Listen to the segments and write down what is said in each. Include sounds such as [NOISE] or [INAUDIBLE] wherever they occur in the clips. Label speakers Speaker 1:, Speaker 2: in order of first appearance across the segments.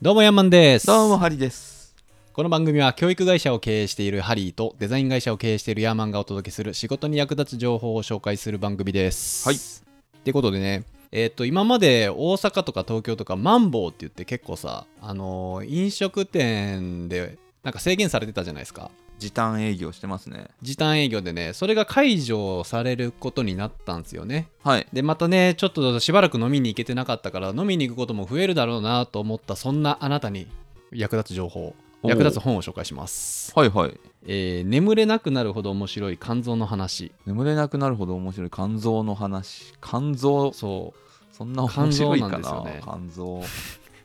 Speaker 1: どうもヤンマンです
Speaker 2: どうもハリです
Speaker 1: この番組は教育会社を経営しているハリーとデザイン会社を経営しているヤーマンがお届けする仕事に役立つ情報を紹介する番組です
Speaker 2: はい
Speaker 1: ってことでねえっ、と今まで大阪とか東京とかマンボウって言って結構さあのー飲食店でなんか制限されてたじゃないですか
Speaker 2: 時短営業してますね
Speaker 1: 時短営業でねそれが解除されることになったんですよね
Speaker 2: はい
Speaker 1: でまたねちょっとしばらく飲みに行けてなかったから飲みに行くことも増えるだろうなと思ったそんなあなたに役立つ情報
Speaker 2: おう
Speaker 1: 役立つ本を紹介します、
Speaker 2: はいはい
Speaker 1: えー眠れなくなるほど面白い肝臓の話
Speaker 2: 眠れなくなるほど面白い肝臓の話肝臓
Speaker 1: そう
Speaker 2: そんな面白いかな
Speaker 1: 肝臓なんですよね
Speaker 2: 肝臓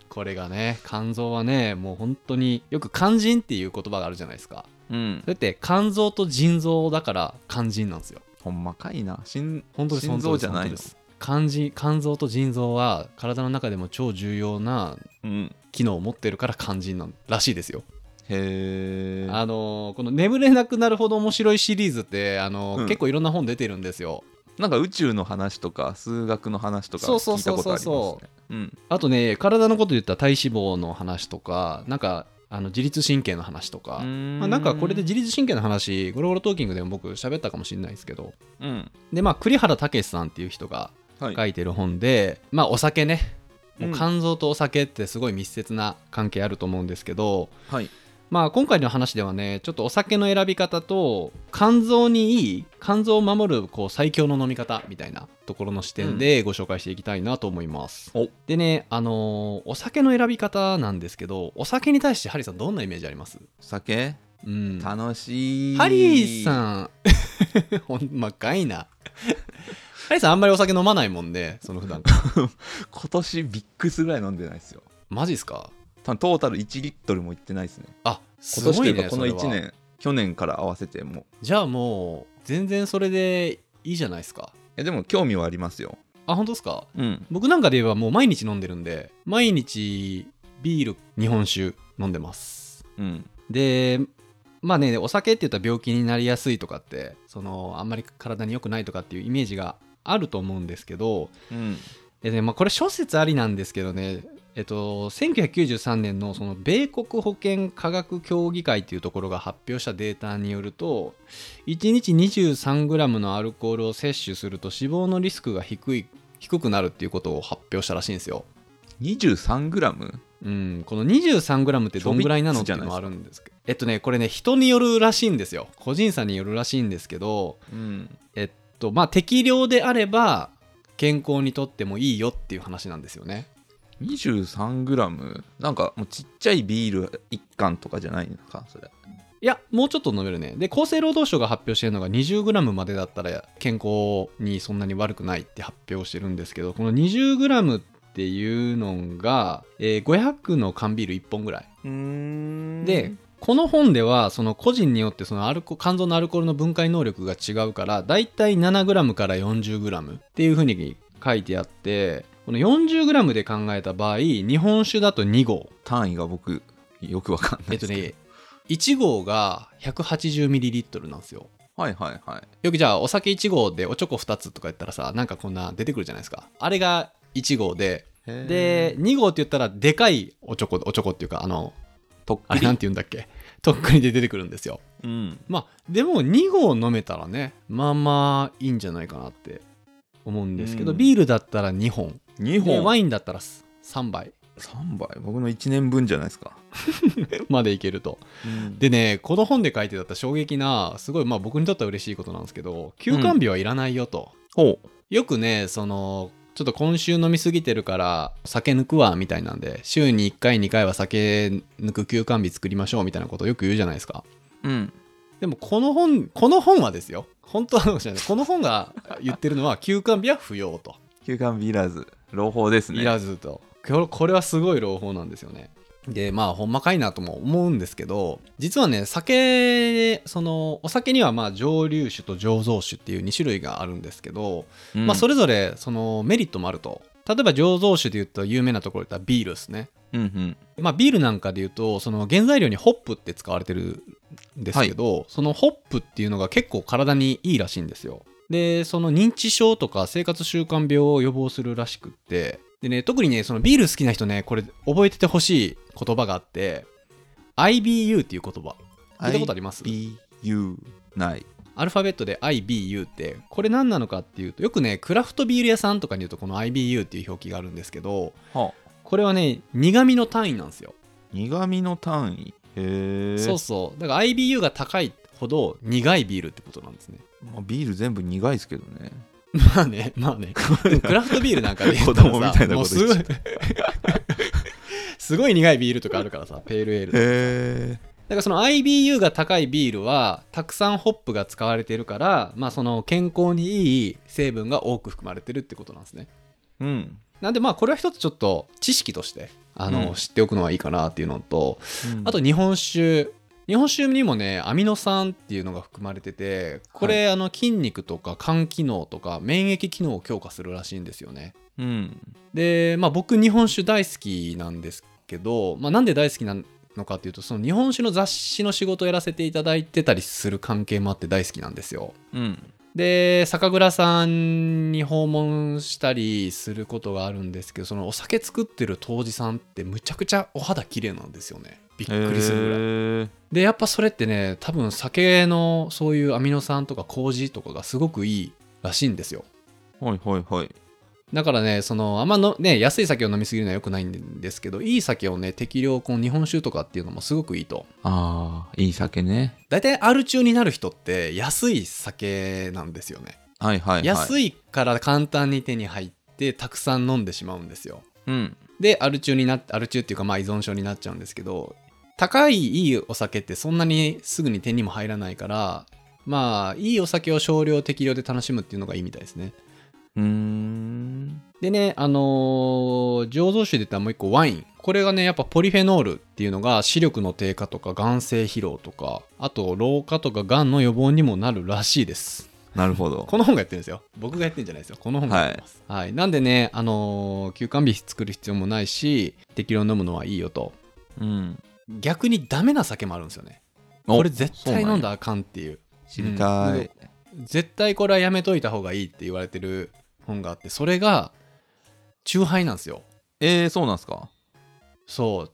Speaker 1: これがね肝臓はねもう本当によく肝心っていう言葉があるじゃないですか
Speaker 2: うん
Speaker 1: それって肝臓と腎臓だから肝心なんですよ
Speaker 2: ほんまかいな心
Speaker 1: 本当です
Speaker 2: 心臓じゃ
Speaker 1: 本
Speaker 2: な
Speaker 1: 当
Speaker 2: い
Speaker 1: で
Speaker 2: の
Speaker 1: す肝心肝臓と腎臓は体の中でも超重要な
Speaker 2: うん
Speaker 1: 機能を持ってるから肝心なんらしいですよ
Speaker 2: へえ
Speaker 1: あのーこの「眠れなくなるほど面白い」シリーズって、あのー
Speaker 2: うん
Speaker 1: 結構いろんな本出てるんですよ
Speaker 2: なんか宇宙の話とか数学の話とか
Speaker 1: そうそう
Speaker 2: 聞い
Speaker 1: そ
Speaker 2: た
Speaker 1: う
Speaker 2: こ
Speaker 1: そ
Speaker 2: と
Speaker 1: う
Speaker 2: ありますねうん
Speaker 1: あとね体のこと言ったら体脂肪の話とかなんかあの自律神経の話とか、まあ、なんかこれで自律神経の話ゴロゴロトーキングでも僕喋ったかもしれないですけど
Speaker 2: うん
Speaker 1: でまあ栗原武さんっていう人が
Speaker 2: はい
Speaker 1: 書いてる本で、まあお酒ねもう
Speaker 2: うん
Speaker 1: 肝臓とお酒ってすごい密接な関係あると思うんですけど、
Speaker 2: はい
Speaker 1: まあ今回の話ではねちょっとお酒の選び方と肝臓にいい肝臓を守るこう最強の飲み方みたいなところの視点でご紹介していきたいなと思います、
Speaker 2: お
Speaker 1: でねあのーお酒の選び方なんですけどお酒に対してハリーさんどんなイメージあります
Speaker 2: 酒
Speaker 1: うんハ
Speaker 2: 楽しい
Speaker 1: リー
Speaker 2: ん
Speaker 1: さん [LAUGHS] ほんまかいなハリーさんあんまりお酒飲まないもんねその普段から
Speaker 2: 今年ビックスぐらい飲んでないですよ
Speaker 1: マジっすか
Speaker 2: 多分トータル1リットルもいってないですね
Speaker 1: あす
Speaker 2: 今年
Speaker 1: ご
Speaker 2: とい
Speaker 1: いうね
Speaker 2: かこの
Speaker 1: それは
Speaker 2: 1年去年から合わせてもい
Speaker 1: じゃあもう全然それでいいじゃないですか
Speaker 2: やでも興味はありますよ
Speaker 1: あ本当ですか
Speaker 2: うん
Speaker 1: 僕なんかで言えばもう毎日飲んでるんで毎日ビール日本酒飲んでます
Speaker 2: うん
Speaker 1: でまあねお酒って言ったら病気になりやすいとかってそのあんまり体に良くないとかっていうイメージがあると思うんですけど
Speaker 2: うん
Speaker 1: えで、まあ、これ諸説ありなんですけどねえっと、1993年のその米国保健科学協議会というところが発表したデータによると1日 23g のアルコールを摂取すると死亡のリスクが低い低くなるっていうことを発表したらしいんですよ。
Speaker 2: 23グラム
Speaker 1: うん、この 23g ってどんぐらいなのっていうのもあるんですけどえっとねこれね人によるらしいんですよ個人差によるらしいんですけど
Speaker 2: うん
Speaker 1: えっとまあ適量であれば健康にとってもいいよっていう話なんですよね
Speaker 2: 23グラムなんかもうちっちゃいビール1缶とかじゃないのかそれ
Speaker 1: いやもうちょっと飲めるねで厚生労働省が発表してるのが 20g までだったら健康にそんなに悪くないって発表してるんですけどこの 20g っていうのが、えー500の缶ビール1本ぐらい
Speaker 2: うん
Speaker 1: でこの本ではその個人によってそのアルコ肝臓のアルコールの分解能力が違うからだいたい 7g から 40g っていうふうに書いてあってこの 40g で考えた場合日本酒だと2合
Speaker 2: 単位が僕よくわかんな
Speaker 1: え
Speaker 2: い
Speaker 1: っと
Speaker 2: ですけど、
Speaker 1: ね1合が 180ml なんですよ
Speaker 2: はいはいはい
Speaker 1: よくじゃあお酒1合でおちょこ2つとか言ったらさなんかこんな出てくるじゃないですかあれが1合で
Speaker 2: へー
Speaker 1: で2合って言ったらでかいおちょこおちょこっていうかあの
Speaker 2: とっ
Speaker 1: あ
Speaker 2: く
Speaker 1: れな
Speaker 2: り
Speaker 1: んて言うんだっけとっくりで出てくるんですよ
Speaker 2: うん
Speaker 1: まあでも2合飲めたらねまあまあいいんじゃないかなって思うんですけど、
Speaker 2: うん
Speaker 1: ビールだったら2本
Speaker 2: 2
Speaker 1: でワ
Speaker 2: 本
Speaker 1: インだったら3杯
Speaker 2: 3杯僕の1年分じゃないですか、
Speaker 1: までいけるとでねこの本で書いてあった衝撃なすごいまあ僕にとっては嬉しいことなんですけど休館日はいらないよと、
Speaker 2: ほう
Speaker 1: よくねそのちょっと今週飲みすぎてるから酒抜くわみたいなんで週に1回2回は酒抜く休館日作りましょうみたいなことよく言うじゃないですか
Speaker 2: うん
Speaker 1: でもこの本この本はですよ本当なのかもしれないこの本が言ってるのは休館日は不要と
Speaker 2: 休館日いらず朗報ですね
Speaker 1: いらずとこれこれはすごい朗報なんですよねでまあほんまかいなとも思うんですけど実はね酒そのお酒にはまあ蒸留酒と醸造酒っていう2種類があるんですけど、
Speaker 2: うん
Speaker 1: まあそれぞれそのメリットもあると例えば醸造酒で言うと有名なところで言ったらビールですね
Speaker 2: うんうん
Speaker 1: まあ、ビールなんかで言うとその原材料にホップって使われてるんですけど、そのホップっていうのが結構体にいいらしいんですよでその認知症とか生活習慣病を予防するらしくってでね、特にね、そのビール好きな人ね、これ覚えててほしい言葉があって、IBU っていう言葉。聞いたことあります
Speaker 2: ?IBU ない。
Speaker 1: アルファベットで IBU って、これ何なのかっていうと、よくね、クラフトビール屋さんとかに言うと、この IBU っていう表記があるんですけど、
Speaker 2: はあ、
Speaker 1: これはね、苦味の単位なんですよ。
Speaker 2: 苦味の単位。へえ。
Speaker 1: そうそう。だから IBU が高いほど苦いビールってことなんですね。 [LAUGHS]
Speaker 2: まあ、ビール全部苦いですけどね。
Speaker 1: まあね、まあ
Speaker 2: [LAUGHS]
Speaker 1: ね。クラフトビールなんかで言う
Speaker 2: 子供みたいなこと言っち
Speaker 1: もうすご
Speaker 2: ゃっ
Speaker 1: い [LAUGHS] すごい苦いビールとかあるからさ、ペールエール。だか
Speaker 2: へえ。
Speaker 1: らその IBU が高いビールは、たくさんホップが使われてるから、まあその健康にいい成分が多く含まれてるってことなんですね。
Speaker 2: うん。
Speaker 1: なんでまあこれは一つちょっと知識として、あの、
Speaker 2: うん
Speaker 1: 知っておくのはいいかなっていうのと、
Speaker 2: うん
Speaker 1: あと、日本酒。日本酒にもね、アミノ酸っていうのが含まれてて、これ、あの筋肉とか肝機能とか免疫機能を強化するらしいんですよね。
Speaker 2: うん。
Speaker 1: で、まあ僕、日本酒大好きなんですけど、まあなんで大好きなのかっていうと、その日本酒の雑誌の仕事をやらせていただいてたりする関係もあって大好きなんですよ。
Speaker 2: うん。
Speaker 1: で、酒蔵さんに訪問したりすることがあるんですけど、そのお酒作ってる杜氏さんってむちゃくちゃお肌綺麗なんですよね。びっくりするぐらい。
Speaker 2: へえ。
Speaker 1: でやっぱそれってね多分酒のそういうアミノ酸とか麹とかがすごくいいらしいんですよ
Speaker 2: はいはいはい。
Speaker 1: だからねそのあんまのね安い酒を飲みすぎるのは良くないんですけどいい酒をね適量こう日本酒とかっていうのもすごくいいと
Speaker 2: ああ、いい酒ね。
Speaker 1: 大体アル中になる人って安い酒なんですよね、
Speaker 2: はいはいはい。い。
Speaker 1: 安いから簡単に手に入ってたくさん飲んでしまうんですよ
Speaker 2: うん。
Speaker 1: でアル中になってアル中っていうかまあ依存症になっちゃうんですけど高いいいお酒ってそんなにすぐに手にも入らないからまあいいお酒を少量適量で楽しむっていうのがいいみたいですね
Speaker 2: うーん。
Speaker 1: でねあのー醸造酒で言ったらもう一個ワインこれがねやっぱポリフェノールっていうのが視力の低下とか眼性疲労とかあと老化とかがんの予防にもなるらしいです
Speaker 2: なるほど。
Speaker 1: この本がやってるんですよ。僕がやってるんじゃないですよ。この本がやってます。はい。なんでね、あのー休館日作る必要もないし、適量飲むのはいいよと。
Speaker 2: うん。
Speaker 1: 逆にダメな酒もあるんですよね。
Speaker 2: お
Speaker 1: これ絶
Speaker 2: そうな
Speaker 1: 対
Speaker 2: んや
Speaker 1: 飲んだらあかんっていう。
Speaker 2: 知りたい。
Speaker 1: 絶対これはやめといた方がいいって言われてる本があって、それが、チューハイなんですよ。
Speaker 2: えー、そうなんすか
Speaker 1: そう。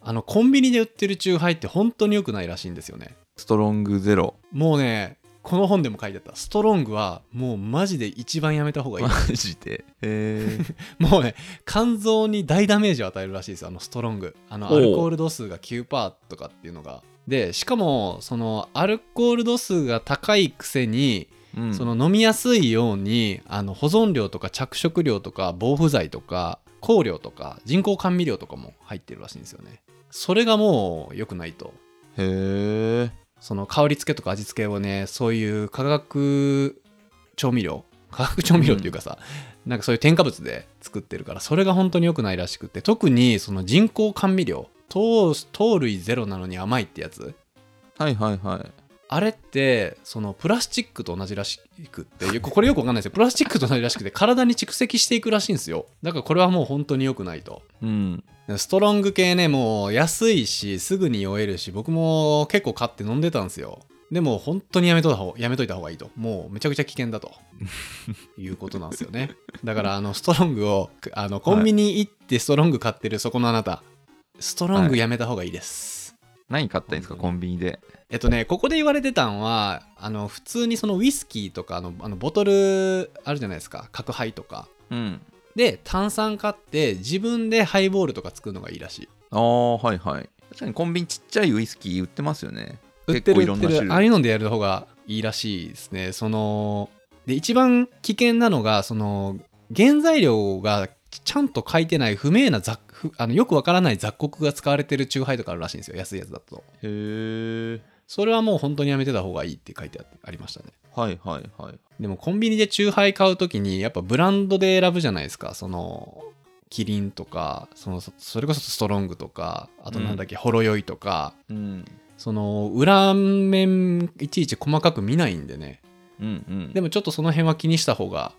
Speaker 1: あの、コンビニで売ってるチューハイって本当に良くないらしいんですよね。
Speaker 2: ストロングゼロ。
Speaker 1: もうね、この本でも書いてあった。ストロングはもうマジで一番やめた方がいい
Speaker 2: マ。ジで。え
Speaker 1: [LAUGHS]
Speaker 2: ー、
Speaker 1: もうね、肝臓に大ダメージを与えるらしいですよ、あのストロング。あの
Speaker 2: おう
Speaker 1: アルコール度数が9%とかっていうのが。で、しかも、そのアルコール度数が高いくせに、
Speaker 2: うん、
Speaker 1: その飲みやすいようにあの保存料とか着色料とか防腐剤とか香料とか人工甘味料とかも入ってるらしいんですよね。それがもう良くないと。
Speaker 2: へえ。
Speaker 1: その香り付けとか味付けをねそういう化学調味料 [LAUGHS] 化学調味料っていうかさ、なんかそういう添加物で作ってるからそれが本当に良くないらしくて特にその人工甘味料糖糖類ゼロなのに甘いってやつ
Speaker 2: はいはいはい。
Speaker 1: あれってそのプラスチックと同じらしくってよくこれよくわかんないですよプラスチックと同じらしくて体に蓄積していくらしいんですよだからこれはもう本当に良くないと
Speaker 2: うん。
Speaker 1: ストロング系ね、もう安いし、すぐに酔えるし、僕も結構買って飲んでたんですよ。でも本当にやめといた方やめといた方がいいと。もうめちゃくちゃ危険だと。いうことなんですよね。だからあのストロングを、くあのコンビニ行ってストロング買ってるそこのあなた、ストロングやめた方がいいです。
Speaker 2: 何買ったんですか、コンビニで。
Speaker 1: えっとね、ここで言われてたんは、あの普通にそのウイスキーとかのあのボトルあるじゃないですか、角杯とか。
Speaker 2: うん。
Speaker 1: で、炭酸買って自分でハイボールとか作るのがいいらしい。
Speaker 2: ああ、はいはい。確かにコンビニちっちゃいウイスキー売ってますよね。
Speaker 1: 売ってる
Speaker 2: 結構い
Speaker 1: 売
Speaker 2: ろ
Speaker 1: っ
Speaker 2: ん
Speaker 1: て
Speaker 2: な種
Speaker 1: る
Speaker 2: 類
Speaker 1: ああいうのでやる方がいいらしいですねそので一番危険なのがその原材料がちゃんと書いてない不明な雑ふあのよくわからない雑穀が使われてるチューハイとかあるらしいんですよ安いやつだと
Speaker 2: へえ。
Speaker 1: それはもう本当にやめてた方がいいって書いてあってありましたね
Speaker 2: はいはいはい。
Speaker 1: でもコンビニでチューハイ買うときにやっぱブランドで選ぶじゃないですかそのキリンとかそのそそれこそストロングとかあとなんだっけ、ほろ酔いとか
Speaker 2: うん。
Speaker 1: その裏面いちいち細かく見ないんでね
Speaker 2: うんうん。
Speaker 1: で
Speaker 2: も、
Speaker 1: もちょっとその辺は気にした方が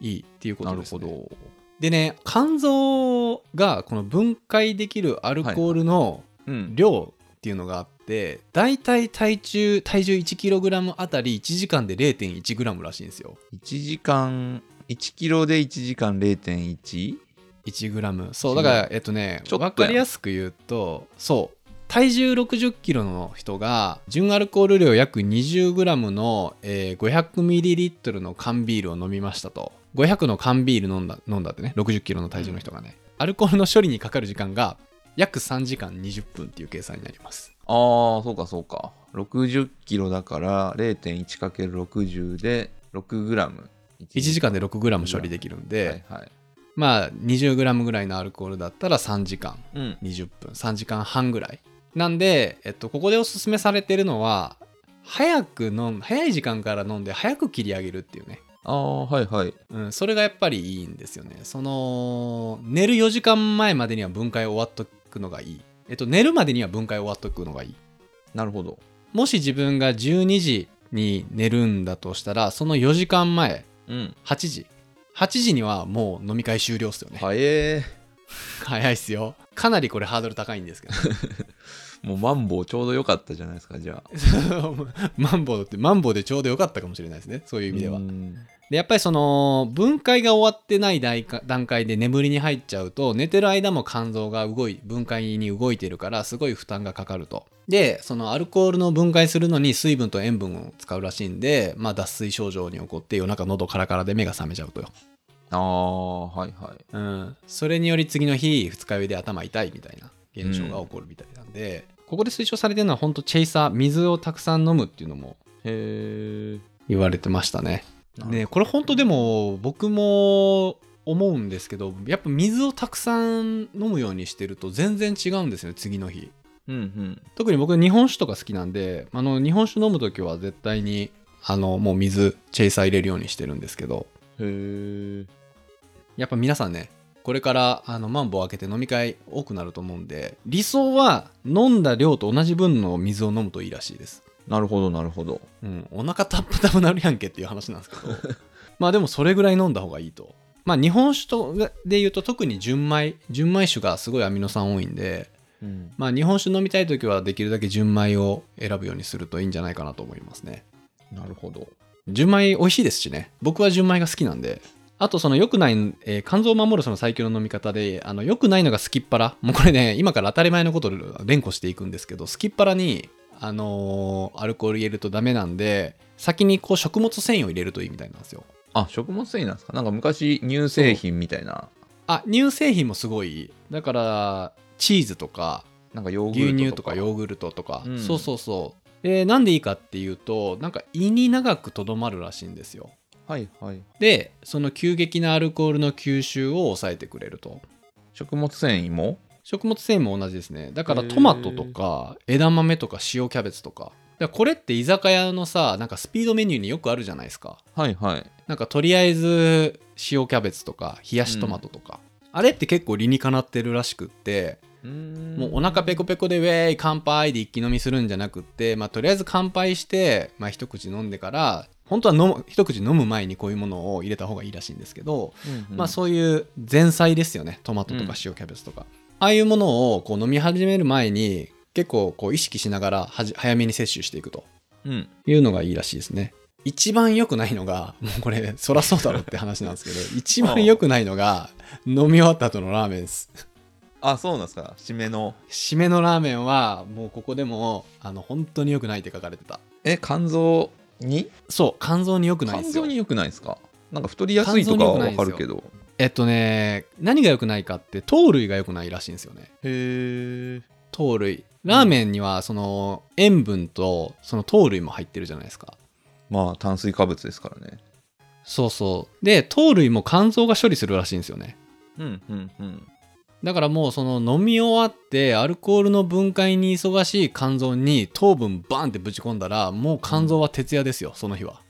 Speaker 1: いいっていうことです、ね、
Speaker 2: なるほど。
Speaker 1: でね肝臓がこの分解できるアルコールの
Speaker 2: うん。
Speaker 1: 量っていうのがあって、だいたい体重体重 1kg あたり1時間で 0.1g らしいんですよ
Speaker 2: 1時間、1キロで1時間 0.1?
Speaker 1: 1グラムそうだからえっとね
Speaker 2: ちょっとや
Speaker 1: 分かりやすく言うとそう体重6 0キロの人が純アルコール量約2 0ムの、えー、500ml の缶ビールを飲みましたと500の缶ビール飲んだ飲んだってね6 0キロの体重の人がね、アルコールの処理にかかる時間が約3時間20分っていう計算になります
Speaker 2: ああ、そうかそうか。60キロだから、0.1×60 で6グラム。
Speaker 1: 1
Speaker 2: 1
Speaker 1: 時間で6グラム処理できるんで、
Speaker 2: はいはい。
Speaker 1: まあ2 0ムぐらいのアルコールだったら3時間
Speaker 2: うん。
Speaker 1: 20分3時間半ぐらいなんで、えっと、ここでおすすめされてるのは早く飲む早い時間から飲んで早く切り上げるっていうね、
Speaker 2: ああ、はいはい。
Speaker 1: うん、それがやっぱりいいんですよねその寝る4時間前までには分解終わっとくのがいいえっと寝るまでには分解終わっとくのがいい
Speaker 2: なるほど。
Speaker 1: もし自分が12時に寝るんだとしたらその4時間前
Speaker 2: うん。
Speaker 1: 8時8時にはもう飲み会終了っすよね、 [LAUGHS]
Speaker 2: はえ
Speaker 1: 早いっすよかなりこれハードル高いんですけど
Speaker 2: ー。もうマンボウちょうど良かったじゃないですか、じゃあ。
Speaker 1: [LAUGHS] マンボウってマンボウでちょうどよかったかもしれないですねそういう意味では。
Speaker 2: うん
Speaker 1: でやっぱりその分解が終わってない段階段階で眠りに入っちゃうと寝てる間も肝臓が動い分解に動いてるからすごい負担がかかると。でそのアルコールの分解するのに水分と塩分を使うらしいんで、まあ、脱水症状に起こって夜中喉カラカラで目が覚めちゃうとよ。
Speaker 2: ああ、はいはい。
Speaker 1: うん、それにより次の日二日酔いで頭痛いみたいな現象が起こるみたいなんで、ここで推奨されてるのは本当チェイサー水をたくさん飲むっていうのも
Speaker 2: へえ。
Speaker 1: 言われてましたね。
Speaker 2: なるほど
Speaker 1: ねこれ本当でも僕も思うんですけどやっぱ水をたくさん飲むようにしてると全然違うんですよ次の日
Speaker 2: うんうん。
Speaker 1: 特に僕日本酒とか好きなんであの日本酒飲む時は絶対にあのもう水チェイサー入れるようにしてるんですけど
Speaker 2: へえ。
Speaker 1: やっぱ皆さんねこれからあのマンボウ開けて飲み会多くなると思うんで理想は飲んだ量と同じ分の水を飲むといいらしいです
Speaker 2: なるほど、なるほど。
Speaker 1: うん、お腹タップタップなるやんけっていう話なんですけど [LAUGHS] まあでもそれぐらい飲んだ方がいいとまあ日本酒とで言うと特に純米純米酒がすごいアミノ酸多いんで
Speaker 2: うん。
Speaker 1: まあ日本酒飲みたい時はできるだけ純米を選ぶようにするといいんじゃないかなと思いますね
Speaker 2: なるほど。
Speaker 1: 純米美味しいですしね僕は純米が好きなんであとその良くない、えー肝臓を守るその最強の飲み方であの良くないのがすきっ腹もうこれね今から当たり前のことを連呼していくんですけどすきっ腹にあのーアルコール入れるとダメなんで先にこう食物繊維を入れるといいみたいなんですよ
Speaker 2: あ、食物繊維なんですかなんか昔、乳製品みたいな。
Speaker 1: あ乳製品もすごいだからチーズとか
Speaker 2: なんかヨーグル
Speaker 1: 牛
Speaker 2: ト
Speaker 1: 乳とかヨーグルトとか、
Speaker 2: うん
Speaker 1: そうそうそうでなんでいいかっていうとなんか胃に長くとどまるらしいんですよ
Speaker 2: はいはい。
Speaker 1: でその急激なアルコールの吸収を抑えてくれると
Speaker 2: 食物繊維も
Speaker 1: 食物繊維も同じですねだから
Speaker 2: へー
Speaker 1: トマトとか枝豆とか塩キャベツとかだからこれって居酒屋のさなんかスピードメニューによくあるじゃないですか
Speaker 2: はいはい。
Speaker 1: なんかとりあえず塩キャベツとか冷やしトマトとか、あれって結構理にかなってるらしくっても
Speaker 2: も
Speaker 1: うお腹ペコペコでウェーイ乾杯で一気飲みするんじゃなくって、まあ、とりあえず乾杯して、まあ、一口飲んでから本当は飲む一口飲む前にこういうものを入れた方がいいらしいんですけど、まあそういう前菜ですよねトマトとか塩キャベツとか、ああいうものをこう飲み始める前に結構こう意識しながらはじ早めに摂取していくと
Speaker 2: うん、うん。
Speaker 1: いうのがいいらしいですね一番良くないのがもうこれそらそうだろって話なん [LAUGHS] ですけど一番良くないのが飲み終わった後のラーメンです
Speaker 2: あ、そうなんですか。締めの。
Speaker 1: 締めのラーメンはもうここでもあの本当に良くないって書かれてた
Speaker 2: え、肝臓に
Speaker 1: そう肝臓に良くない
Speaker 2: 肝
Speaker 1: ですよ
Speaker 2: 臓に良くないですかなんか太りやすいとかはわかるけど。
Speaker 1: えっとね何が良くないかって糖類が良くないらしいんですよね
Speaker 2: へえ。
Speaker 1: 糖類ラーメンにはその塩分とその糖類も入ってるじゃないですか
Speaker 2: まあ炭水化物ですからね。
Speaker 1: そうそうで糖類も肝臓が処理するらしいんですよね
Speaker 2: うんうんうん。
Speaker 1: だからもうその飲み終わってアルコールの分解に忙しい肝臓に糖分バーンってぶち込んだらもう肝臓は徹夜ですよその日は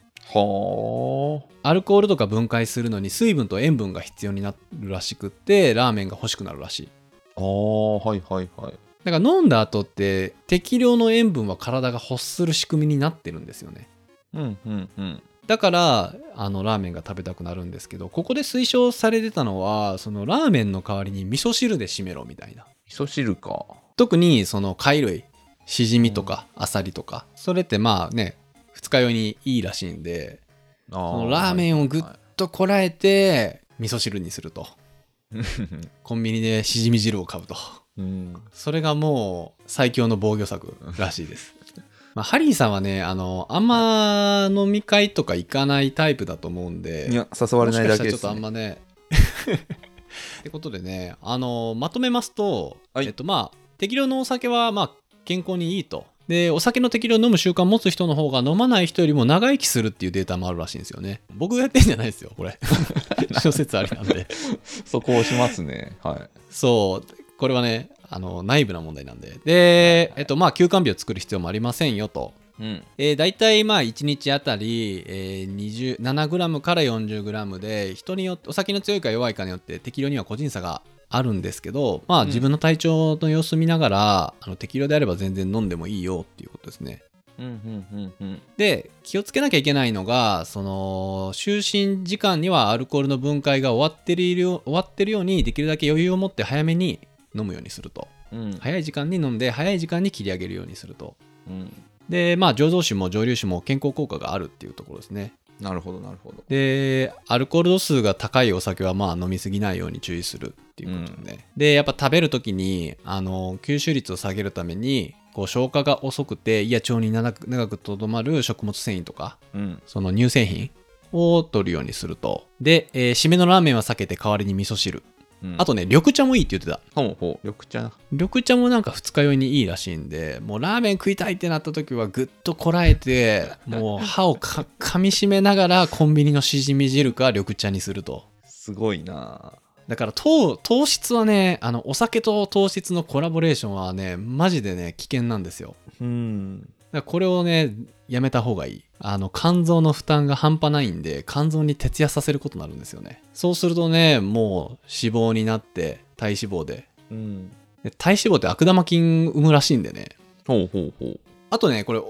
Speaker 2: はあ。
Speaker 1: アルコールとか分解するのに水分と塩分が必要になるらしくってラーメンが欲しくなるらしい
Speaker 2: ああ、はいはいはい。
Speaker 1: だから飲んだ後って適量の塩分は体が欲する仕組みになってるんですよね
Speaker 2: うんうんうん。
Speaker 1: だからあのラーメンが食べたくなるんですけどここで推奨されてたのはそのラーメンの代わりに味噌汁で締めろみたいな
Speaker 2: 味噌汁か。
Speaker 1: 特にその貝類しじみとかあさりとかそれってまあね二日酔いにいいらしいんで
Speaker 2: あ
Speaker 1: そのラーメンをぐっ
Speaker 2: はいはい
Speaker 1: とこらえて味噌汁にするとコンビニでしじみ汁を買うと
Speaker 2: [LAUGHS] うん。
Speaker 1: それがもう最強の防御策らしいです、 [LAUGHS] まあ、ハリーさんはねあのあんま飲み会とか行かないタイプだと思うんで
Speaker 2: いや、誘われない
Speaker 1: もしかしたら
Speaker 2: だけで
Speaker 1: ちょっ
Speaker 2: す、
Speaker 1: とあん
Speaker 2: ね。
Speaker 1: まね。 [LAUGHS] ってことでね、あのまとめますと、
Speaker 2: はい
Speaker 1: えっとまあ、適量のお酒は、まあ、健康にいいと。で、お酒の適量を飲む習慣を持つ人の方が飲まない人よりも長生きするっていうデータもあるらしいんですよね。僕がやってんじゃないですよ、これ。 [LAUGHS] 諸説ありなんで。
Speaker 2: そこをしますね。は
Speaker 1: そう、これはね、あの内部な問題なんで。で、えっとまあ、休館日を作る必要もありませんよと。
Speaker 2: い。うん。
Speaker 1: えー、大体まあ1日あたり、えー、27g から 40g で人によってお酒の強いか弱いかによって適量には個人差があるんですけど、まあ、
Speaker 2: うん
Speaker 1: 自分の体調の様子見ながら、あの適量であれば全然飲んでもいいよっていうことですね。
Speaker 2: うんうんうんうん。
Speaker 1: で気をつけなきゃいけないのがその就寝時間にはアルコールの分解が終わってるよ終わってるようにできるだけ余裕を持って早めに飲むようにすると
Speaker 2: うん
Speaker 1: 早い時間に飲んで早い時間に切り上げるようにすると
Speaker 2: うん。
Speaker 1: でまあ醸造酒も蒸留酒も健康効果があるっていうところですね
Speaker 2: なるほど、なるほど。
Speaker 1: でアルコール度数が高いお酒はまあ飲みすぎないように注意するっていうことで、ねでやっぱ食べる時にあの吸収率を下げるためにこう消化が遅くて胃や腸に長く長くとどまる食物繊維とか
Speaker 2: うん。
Speaker 1: その乳製品を取るようにするとで、えー締めのラーメンは避けて代わりに味噌汁
Speaker 2: うん
Speaker 1: あ、とね緑茶もいいって言ってた
Speaker 2: ほうほう、緑茶。
Speaker 1: 緑茶もなんか二日酔いにいいらしいんでもうラーメン食いたいってなった時はぐっとこらえ
Speaker 2: [LAUGHS]
Speaker 1: てもう歯をか噛みしめながらコンビニのしじみ汁か緑茶にすると
Speaker 2: すごいな
Speaker 1: だから糖糖質はねあのお酒と糖質のコラボレーションはねマジでね危険なんですよ
Speaker 2: うん。
Speaker 1: だからこれをねやめた方がいいあの肝臓の負担が半端ないんで肝臓に徹夜させることになるんですよねそうするとねもう脂肪になって体脂肪で
Speaker 2: うん。
Speaker 1: で体脂肪って悪玉菌生むらしいんでね
Speaker 2: ほうほうほう。
Speaker 1: あとね、これ、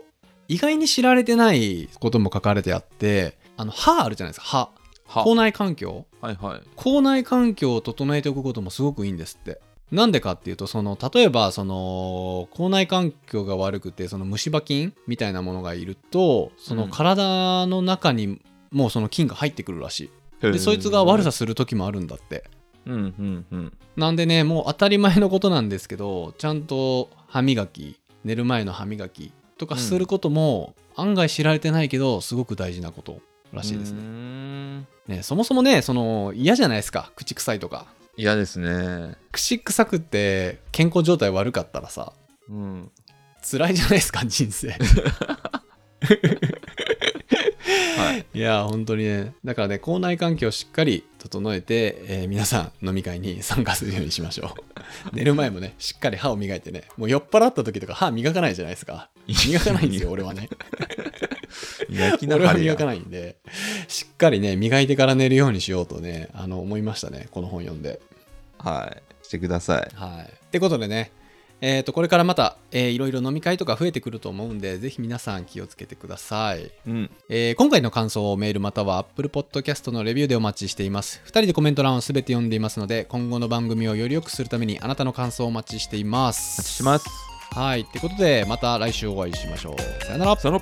Speaker 1: 意外に知られてないことも書かれてあって、あの、歯あるじゃないですか、歯。
Speaker 2: は
Speaker 1: 口内環境
Speaker 2: はいはい。
Speaker 1: 口内環境を整えておくこともすごくいいんですって。なんでかっていうと、その、例えば、その、口内環境が悪くて、その虫歯菌みたいなものがいると、そうの
Speaker 2: ん
Speaker 1: 体の中にもうその菌が入ってくるらしい。で、そいつが悪。さする時もあるんだって。
Speaker 2: うんうんうん。
Speaker 1: なんでねもう当たり前のことなんですけどちゃんと歯磨き寝る前の歯磨きとかすることも、案外知られてないけどすごく大事なことらしいですね,、
Speaker 2: ね。
Speaker 1: ねそもそもねその嫌じゃないですか口臭いとか
Speaker 2: 嫌ですね。
Speaker 1: 口臭くって健康状態悪かったらさ
Speaker 2: うん。
Speaker 1: 辛いじゃないですか [LAUGHS] 人生
Speaker 2: [LAUGHS] はい。
Speaker 1: いや本当にねだからね口内環境をしっかり整えて、えー皆さん飲み会に参加するようにしましょ [LAUGHS] う寝る前もねしっかり歯を磨いてねもう酔っ払った時とか歯磨かないじゃないですか磨かないん [LAUGHS] ですよ俺はね
Speaker 2: 焼きな
Speaker 1: 俺
Speaker 2: が
Speaker 1: は
Speaker 2: らや
Speaker 1: 磨かないんでしっかりね磨いてから寝るようにしようとねあの思いましたねこの本読んで
Speaker 2: はい。してください。
Speaker 1: はい。ってことでね、えー、とこれからまた、えーいろいろ飲み会とか増えてくると思うんで、ぜひ皆さん気をつけてください。
Speaker 2: うん。
Speaker 1: えー今回の感想をメールまたは Apple Podcast のレビューでお待ちしています。2人でコメント欄をすべて読んでいますので、今後の番組をより良くするためにあなたの感想をお待ちしています。
Speaker 2: お待ちしてます。
Speaker 1: はい。ってことで、また来週お会いしましょう。さよなら。
Speaker 2: その